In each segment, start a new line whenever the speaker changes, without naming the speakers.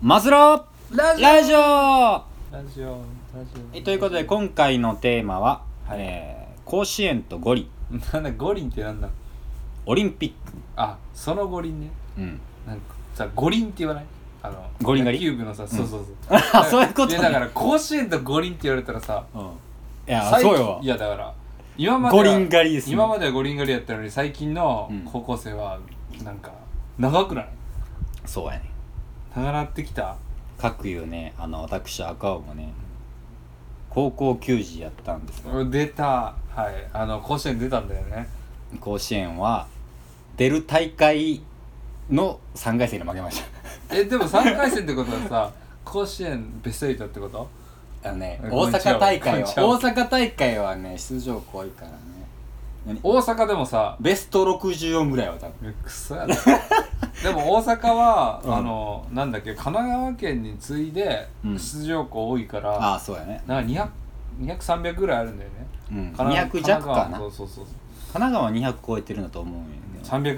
マズロ
ラ
ーラジオ
ラジオラジ
えということで今回のテーマは、えー甲子園と五輪
オなんだ五輪ってなんだ
オリンピック、
あその五輪ね
うん、
なんかさ五輪って言わないあの
五輪狩り
野球部のさそうそうそう、
あそういうことね
やだから甲子園と五輪って言われたらさ
いや
最
そうよ
いやだから今まで
五
は
輪狩りです、ね、
今までは五輪狩りやったのに最近の
うん
高校生はなんか長くない
そうやね
長なってきた
各言うねあの私赤尾もね高校球児やったんですが
出たはいあの甲子園出たんだよね
甲子園は出る大会の3回戦に負けまし
えでも3回戦ってことは さ甲子園ベスト8ってこと
たあのね
こん
大
にちは
阪大会は
こんにちは
大阪大会はね出場校多いからね何
大阪でもさ
ベスト64ぐらいは多分
えクソやな でも大阪は、
うん
あのなんだっけ神奈川県に次いで
うん
出場校多いから、
ああそうやね、
なんか200300ぐらいあるんだよね
うん、
神奈
200弱か
神
な神
奈川そうそうそう
奈川200超えてるんだと思うんやけど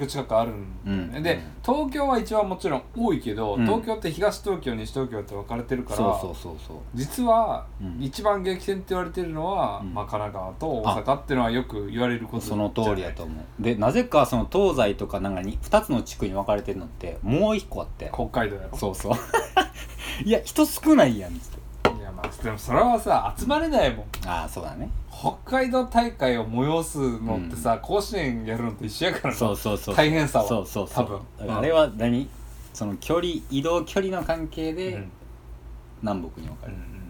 300近くあるんだよね、
うん
で東京は一番もちろん多いけど、
うん
東京って東東京西東京って分かれてるから
そうそうそうそう
実は、
うん
一番激戦って言われてるのは、
うん
まあ、神奈川と大阪っていうのはよく言われること
その通り
や
だと思うでなぜかその東西とかなんかに2つの地区に分かれてるのってもう1個あって
北海道やろ
そうそういや人少ないやんっつって
いやまあでもそれはさ集まれないもん
ああそうだね
北海道大会を催すのってさ、甲子園やるのと一緒やからな
そうそうそう
大変さは
そうそうそう
多分
だからあれは何その距離移動距離の関係
うん、
で南北に分か
うんう
れる、
ん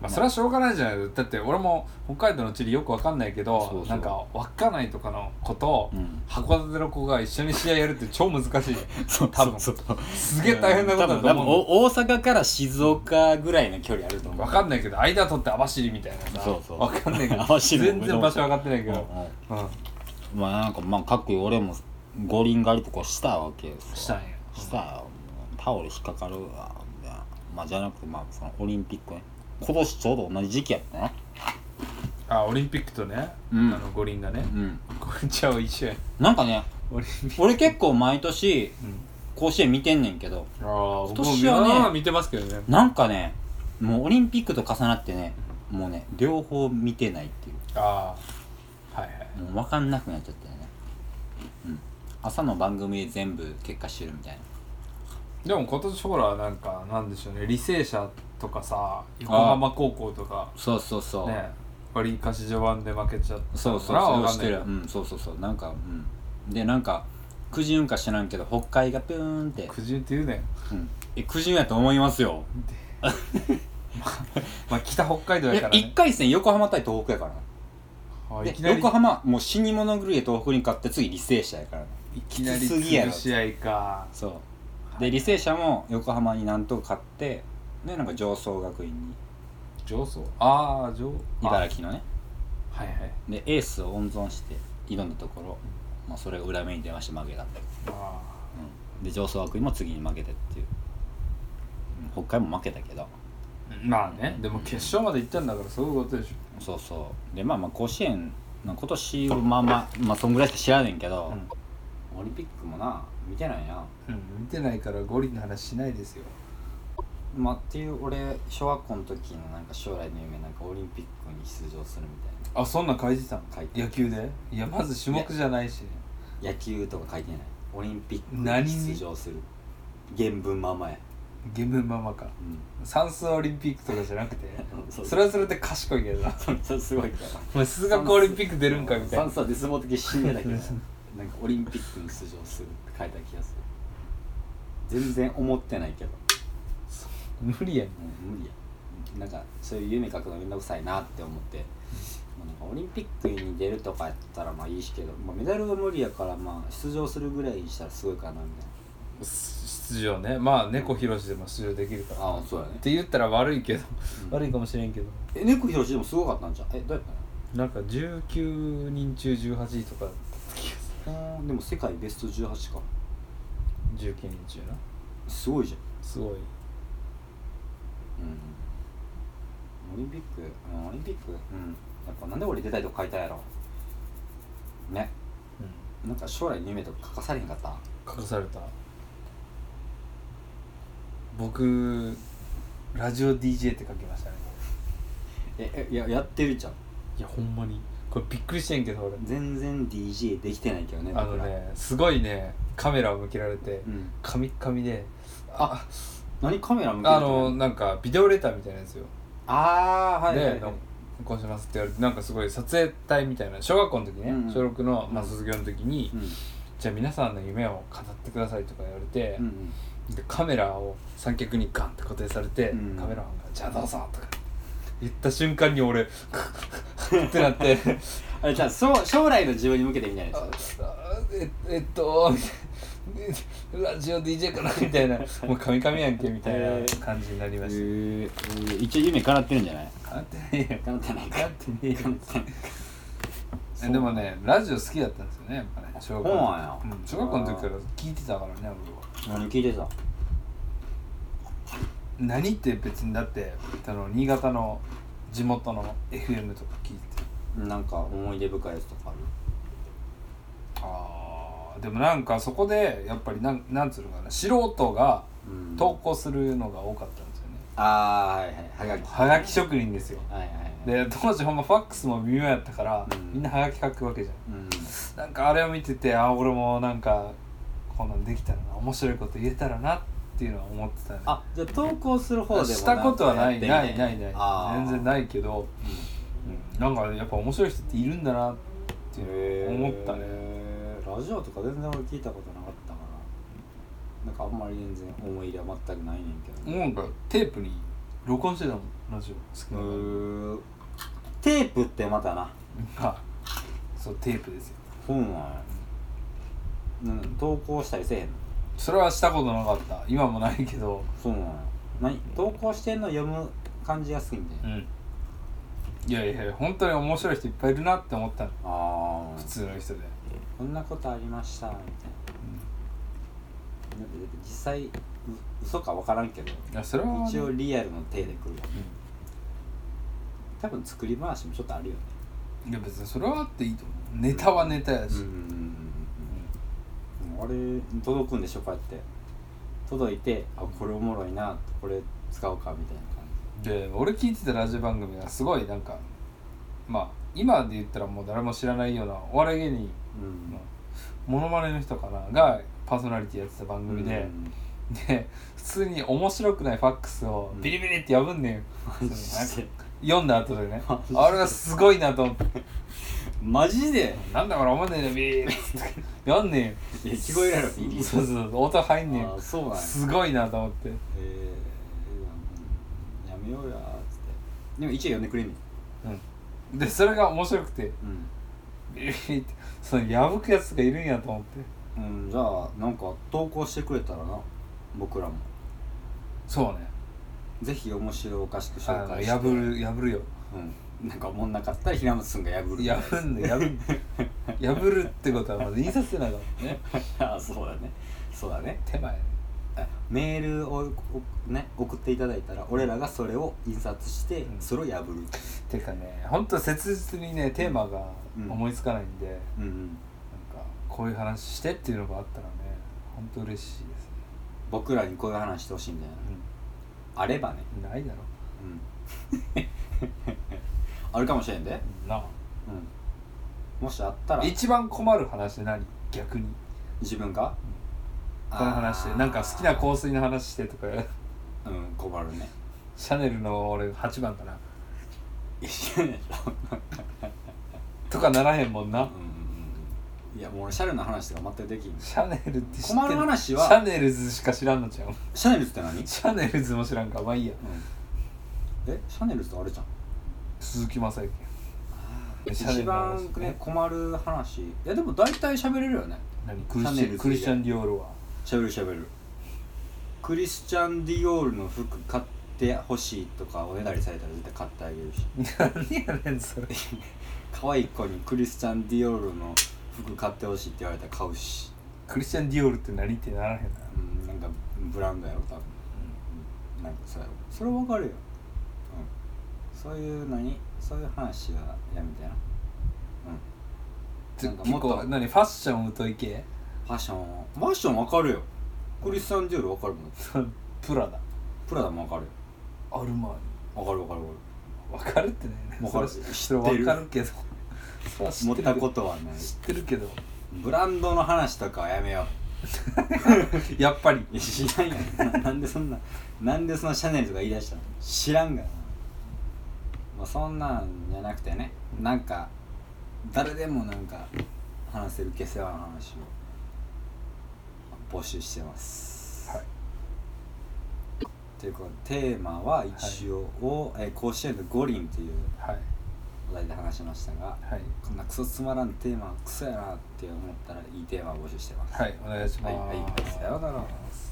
まあそれはしょうがないじゃないだって俺も北海道の地理よくわかんないけど
そうそう
なんか稚内とかの子と、
うん
函館の子が一緒に試合やるって超難 しいよ
そう
多分
そうそう
すげえ大変なことだと
多分多分
思う
お大阪から静岡ぐらいの距離あると思う
わかんないけど間取って網走みたいなさ
そうそう
わかんないけど
網走も
全然場所分かってないけど、
うんうん
うん
まあなんかまあかっこいい俺も五輪狩りとかしたわけですよ
したんや
したよタオル引っかかるわみたいなまあじゃなくてまあそのオリンピックね今年ちょうど同じ時期やったね
あオリンピックとね、
うん
あの五輪がね
うん
これじゃあ一緒や
なんかね
オリンピック、
俺結構毎年甲子園見てんねんけど
ああ
今年はね
僕も見てますけどね
なんかねもうオリンピックと重なってねもうね両方見てないっていう
ああはいはい
もう分かんなくなっちゃったよねうん朝の番組で全部結果してるみたいな
でも今年ほらなんかなんでしょうね履正社とかさ横浜高校とか
そうそうそう、
ねわりかし序盤で負けちゃった
そうそう
のは
そ
わ
れをし
かんない
て
け
る
ど
うんそうそうそうなんかうんでなんかくじ運か知らんけど北海がピューンって、
くじゅうって言うねん
うん、えくじ運やと思いますよ
まあ北北海道
いや
やから
1
ね
回戦横浜対東北やから
あ
で
いきなり
横浜もう死に物狂いで東北に勝って次履正社やからね
いきなり
きつすぎやろ
次試合か
そうで履正社も横浜になんとか勝ってでなんか上層学院に
上層ああ上
茨城のね
あはいはい
でエースを温存して挑んだところ、まあ、それが裏目に出まして負けたんだけど
あ
うんで上層学院も次に負けてっていううん北海も負けたけど
ーまあねでも決勝まで行ったんだからそういうことでし
そうそうでまあまあ甲子園の今年はまあまあまあそんぐらいしか知らねんけ
ょ
ど、オリンピックもな見てないな
うん見てないから五輪の話しないですよ
まあっていう俺小学校の時のなんか将来の夢なんかオリンピックに出場するみた
あそんなん書いてたの
書いて
野球でいやまず種目じゃないしね
いな野球とか書いてないオリンピック
何
に
に
出場する原文ままや
ゲームママか
う
算数オリンピックとかじゃなくて
そう
それはそれで賢いけどなん
それすごいから
お前数学オリンピック出るんかみたい
算
な
数は絶望的に死んでたけどなんかオリンピックに出場するって書いた気がする全然思ってないけど
無理やん
もう無理やなんかそういう夢書くのめんどくさいなって思って、まあなんかオリンピックに出るとかやったらまあいいしけど、まあ、メダルは無理やからまあ出場するぐらいにしたらすごいかなみたい
出場ねまあ猫ひろしでも出場できるから
なああそうや
って言ったら悪いけど、
うん
悪いかもしれんけど
え猫ひろしでもすごかったんじゃんえどうやっ
なんか19人中18位とか
たのうんでも世界ベスト18か
19人中な
すごいじゃん
すごい
うんオリンピック、うん、オリンピック、うん、やっぱなんで俺出たいとこ書いたんやろねなんか将来の夢とか書かされへんかった
書かされた僕ラジオ DJ って書きましたね
ええいややってるじゃん
いやほんまにこれびっくりしてんけど俺
全然 DJ できてないけどね
あのねすごいねカメラを向けられて
うん、
カミッカミであ
何カメラ向け
あ
てない
のなんかビデオレターみたいなやつよ
ああはいはい
で
はい
「こうします」って言われてなんかすごい撮影隊みたいな小学校の時ね、
うん
小6の、まあ、
うん
卒業の時に、
うん
じゃあ皆さんの夢を語ってください」とか言われて、
うん
でカメラを三脚にガンって固定されて、
うん
カメラマンが「じゃあどうぞ」とか言った瞬間に俺 ってなって
あれじゃあそう将来の自分に向けてみたい
「
なや
ああええっと」みたいなラジオ DJ かなみたいなもうカミカミやんけみたいな感じになりま
つ
し
へえ一応夢叶ってるんじゃない
た。変わってねえよ
叶ってないか
変わってねえよ
そう
えでもねラジオ好きだったんですよねやっぱね小学校
そうなんや
の時うん小学校の時から聞いてたからね俺は
何聞いてた
何って別にだってあの新潟の地元の FM とか聞いて
なんか思い出深いやつとかある
あーでもなんかそこでやっぱりなんなんつうのかな素人が
うん
投稿するのが多かったんですよね
ああはいはいはがき
はがき職人ですよ
はいはいはい
で当時ほんまファックスも微妙やったから、
うん
みんなはがき書くわけじゃん
うん
なんかあれを見ててあ俺もなんかこんなんできたらな面白いこと言えたらなっていうのは思ってたね
あじゃあ投稿する方でも
したことはない
んかや
な
って
い
み
ないない
あー
全然ないけど、
うん
うん、なんかやっぱ面白い人っているんだなって
へー
思ったね、
ラジオとか全然俺聞いたことなかったからなんかあんまり全然思い入れは全くないねんけどね
なんかテープに録音してたもんラジオ好きな
う
のに
ーテープってまたな
あそうテープですよ
本はうん投稿したりせえへんの
それはしたことなかった今もないけど
そうなの何投稿してんの読む感じが好きみたいな、
んいやいやいや本当に面白い人いっぱいいるなって思ったの
ああ
普通の人で、
こんなことありましたみたいなだってだって実際う嘘か分からんけど
いやそれは、
一応
うん
リアルの手で来るわ多分作り回しもちょっとあるよね
いや別にそれはあっていいと思うネタはネタやし、
うんあれ届くんでしょこうやって届いてあこれおもろいなこれ使おうかみたいな感
で俺聞いてたラジオ番組はすごいなんかまあ今で言ったらもう誰も知らないようなお笑い芸人
じ、うん
のモノマネの人かながパーソナリティやってた番組で、で普通に面白くないファックスをビリビリって破んねんよ、
マジで
読んだ後でね
マジで
あれはすごいなと思って
マジで
なんだこれ思んねえねビリビリっつって読んね
いや
んよ
聞こえるやろビリビリ
そうそうそう音入んね
あ
んよ
ーそうなんや
すごいなと思って
えー、やめようやーっつってでも一応呼んでくれんねん、
でそれが面白くてビリビリってその破くやつがいるんやと思って
うん、うん、じゃあなんか投稿してくれたらな僕らも
そうね
ぜひ面白おかしく
あ
紹
の
介して
破る破るよ
うん、なんかおもんなかったら平松くんが破る
破んで破る 破るってことはまず印刷せなあかんもんね
ああそうだねそうだね
手前ね
あメールをおね、送っていただいたら俺らがそれを印刷して、
うん
それを破る
てかねほんと切実にねテーマが
うん
思いつかないんで、
うんうん
なんかこういう話してっていうのがあったらねほんと嬉しいですね、
僕らにこういう話してほしいんだよあればね、
うん、ないだろ
うん、 あるかもしれんで、
なあ
うん、もしあったら
一番困る話何逆に
自分が
この話でなんか好きな香水の話してとか
あーうん困る ね
シャネルの俺8番かな
一緒ね
とかならへんもん
うんう
なん
うんいやもう俺シャルの話とか全くできん
シャネルって知って
困る話は
シャネルズしか知らんのちゃう
シャネルって何
シャネルズも知らんかまあいいや
うん、えシャネルってあれじゃん
鈴木雅之シャネ
一
ルの話
番ね困る話いやでも大体喋れるよね
何クリ
シャ
ス
ネル
チ
ズ
ャンクリスチャン・ディオールは
喋る喋るクリスチャン・ディオールの服買ってほしいとかおねだりされたら絶対買ってあげるし
何やねんそれ
可愛い子にクリスチャン・ディオールの服買ってほしいって言われたら買うし、
クリスチャン・ディオールって何ってならへんな
うん、なんかブランドやろ多分、うん、なんかそうやろそれ分かるよ、うん、そういう何そういう話はやめてなうんなんかも
結
っと
構何ファッション疎い系
ファッションファッションわかるよクリスチャン・ディオールわかるもん
プラダ
プラダもわかるよ
アルマー
わかるわかるわか
ニわかるってね
わかる
それは
知
それ
ってる
わかるけどそれは
る
知
持
っ
ってた
るけ
こ
ど
とはない
知ってるけど
ブランドの話とかはやめよ
やっぱり
ういや知らんやんななんでそんななんでそのシャネルとか言い出したの知らんがな、まあ、そんなんじゃなくてねなんか誰でもなんか話せる下世話の話を募集してます
はい
ということでテーマは一応を、えー甲子園の五輪っていう
はい
お題で話しましたが
はい
こんなクソつまらんテーマクソやなって思ったらいいテーマを募集してます
はいお願いします、
はいはいさようなら
お願いします